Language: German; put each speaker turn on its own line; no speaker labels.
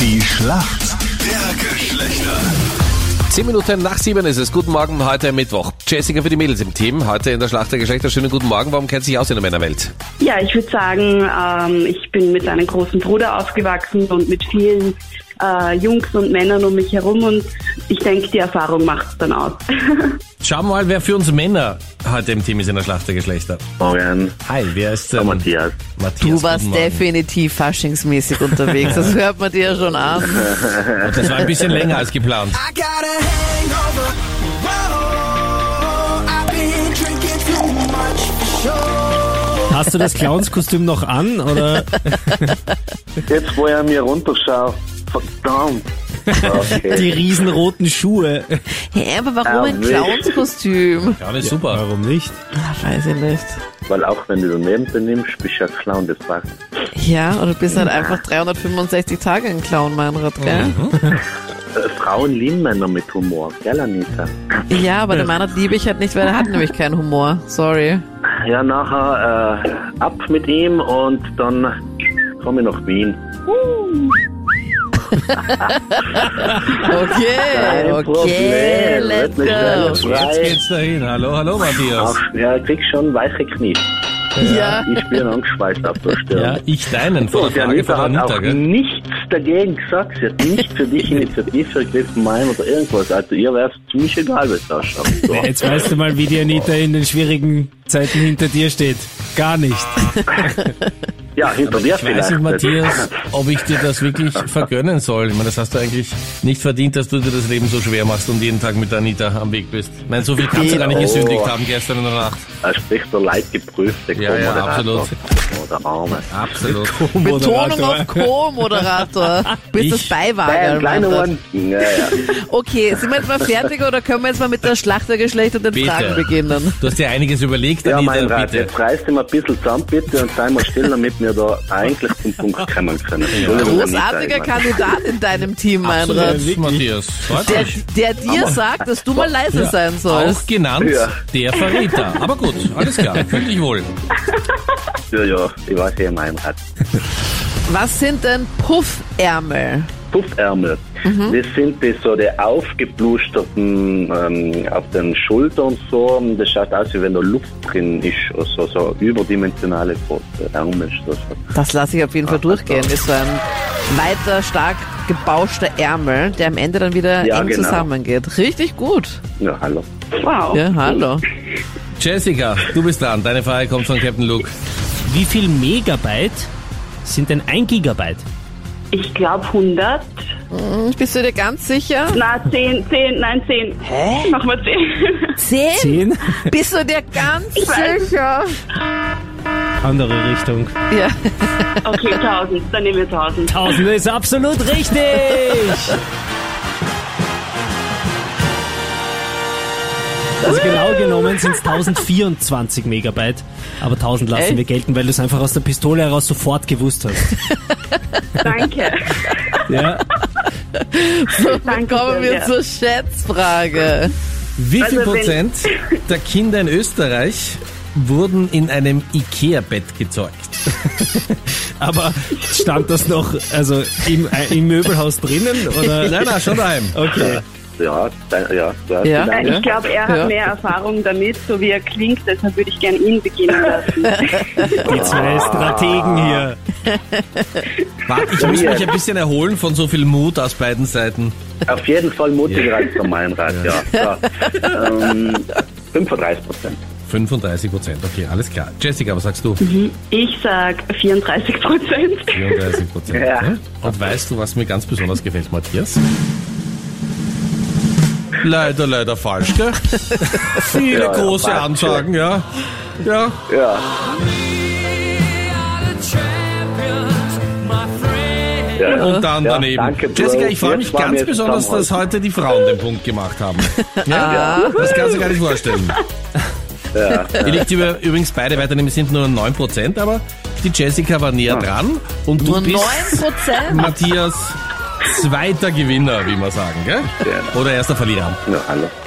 Die Schlacht der Geschlechter.
Zehn Minuten nach sieben ist es. Guten Morgen, heute Mittwoch. Jessica für die Mädels im Team, heute in der Schlacht der Geschlechter. Schönen guten Morgen, warum kennt sich aus in der Männerwelt?
Ja, ich würde sagen, ähm, ich bin mit einem großen Bruder aufgewachsen und mit vielen äh, Jungs und Männern um mich herum und ich denke, die Erfahrung macht es dann aus.
Schauen wir mal, wer für uns Männer heute im Team ist in der Schlacht der Geschlechter.
Morgen,
Hi, wer ist
der
denn?
Matthias.
Matthias,
Du
guten
warst
Morgen.
definitiv faschingsmäßig unterwegs. Das hört man dir ja schon an.
Das war ein bisschen länger als geplant.
I got a hangover. Whoa, I've been drinking too much for sure.
Hast du das Clownskostüm noch an oder
Jetzt, wo er mir runterschaut, verdammt.
die
Okay.
riesenroten Schuhe?
Hä, aber warum ein
Erwischt.
Clownskostüm?
Ja, das ist super.
Warum nicht?
Ach, weiß ich nicht.
Weil auch wenn du daneben benimmst, bist du ja Clown, das passt.
Ja, oder bist halt einfach 365 Tage ein Clown, Meinrad, gell?
Äh, Frauen lieben Männer mit Humor, gell, Anita?
Ja, aber den Meinrad liebe ich halt nicht, weil er hat nämlich keinen Humor. Sorry.
Ja, nachher äh, ab mit ihm und dann komme ich nach Wien.
Okay,
Kein
okay,
Problem,
let's
wird eine Stelle
go.
Jetzt
frei.
geht's dahin. Hallo, hallo, Matthias.
Ach, ja, krieg schon weiche Knie.
Ja,
Ich bin angeschweißt auf der Stirn.
Ja, ich deinen
So,
vor
die
der Frage von
Anita hat
Anita,
auch
gell?
nichts dagegen gesagt. Sie hat nicht für dich Initiative ergriffen, mein oder irgendwas. Also ihr wär's ziemlich egal, was da schaut. So.
Jetzt weißt du mal, wie die Anita in den schwierigen Zeiten hinter dir steht. Gar nicht.
Ja, hinter dir
Ich weiß
vielleicht.
nicht, Matthias, ob ich dir das wirklich vergönnen soll. Ich meine, das hast du eigentlich nicht verdient, dass du dir das Leben so schwer machst und jeden Tag mit der Anita am Weg bist. Ich meine, so viel kannst du gar nicht
Oh.
gesündigt haben gestern in der Nacht.
Er spricht der leidgeprüfte
Ja, ja,
Kommoderator.
absolut.
Oh, der Arme.
Absolut.
Betonung
Moderator.
auf Co-Moderator. Bist
Ich-
das
Bam,
Beiwagen,
kleine
Meinrad?
One. Ja, ja.
Okay, sind wir jetzt mal fertig oder können wir jetzt mal mit der Schlacht der Geschlechter und den
Bitte.
Fragen beginnen?
Du hast dir einiges überlegt,
ja
Anita,
mein Rat,
bitte.
jetzt reißt ihm ein bisschen zusammen, bitte, und sei mal still, damit wir da eigentlich zum Punkt kommen können. Entschuldigung,
Großartiger
Anita,
Kandidat in deinem Team, Meinrad.
Absolut, Matthias. Freut
Der,
mich.
der dir sagt, dass du mal leise sein
Auch
sollst.
genannt
Ja.
der Verräter. Aber gut, alles klar. Fühl dich wohl.
ich mein, ja, ja, ich weiß ja mein Rat.
Was sind denn Puffärmel?
Puffärmel. Das sind die so die aufgeblusterten ähm, auf den Schultern so. Das schaut aus, wie wenn da Luft drin ist. Also so überdimensionale so, Ärmel. So, so.
Das lasse ich auf jeden Fall durchgehen. Das ist so ein weiter, stark gebauschter Ärmel, der am Ende dann wieder
Ja,
eng
genau.
zusammengeht. Richtig gut.
Ja, hallo.
Wow.
Ja, hallo.
Jessica, du bist dran. Deine Frage kommt von Captain Luke.
Wie viel Megabyte sind denn ein Gigabyte?
Ich glaube 100.
Bist du dir ganz sicher?
Na, 10, 10, nein, 10. Hä? Machen wir 10.
Zehn?
Zehn?
Bist du dir ganz
weiß.
sicher?
Andere Richtung.
Ja.
Okay, 1000. Dann nehmen wir 1000.
Tausend ist absolut richtig. Also genau genommen sind es 1024 Megabyte, aber 1000 lassen
Echt?
wir gelten, weil du es einfach aus der Pistole heraus sofort gewusst hast.
Danke.
Ja.
Dann
Danke sehr,
kommen wir
ja.
zur Schätzfrage.
Wie viel
Also wenn-
Prozent der Kinder in Österreich wurden in einem Ikea-Bett gezeugt?
Aber stand das noch also im, äh, im Möbelhaus drinnen oder?
Nein, nein, schon daheim.
Okay.
Ja, da, ja, da,
Ja.
da-
Ich glaube, er hat
Ja.
mehr Erfahrung damit, so wie er klingt. Deshalb würde ich gerne ihn beginnen lassen.
Die zwei Strategen hier.
Warte, ich muss mich ein bisschen erholen von so viel Mut aus beiden Seiten.
Auf jeden Fall mutiger als der Meinrad, ja. ja. ähm, 35 Prozent.
35 Prozent, okay, alles klar. Jessica, was sagst du?
Ich sag 34 Prozent.
34 Prozent.
Ja.
ne? Und weißt du, was mir ganz besonders gefällt, Matthias? Leider, leider falsch, gell? Viele
ja,
große
falsch,
Ansagen, ja. Ja,
Ja, ja, ja.
und dann
Ja,
daneben.
danke, Bro.
Jessica, ich freue mich
Jetzt waren
ganz
wir
besonders, dass
zusammen
heute die Frauen den Punkt gemacht haben. Ja, das kannst du gar nicht vorstellen.
Ja,
Ihr liegt über, übrigens beide weiter, nämlich sind nur 9%, aber die Jessica war näher dran und du
Nur
bist
9 Prozent?
Matthias zweiter Gewinner, wie wir sagen, gell?
Ja.
Oder erster Verlierer.
ja, hallo.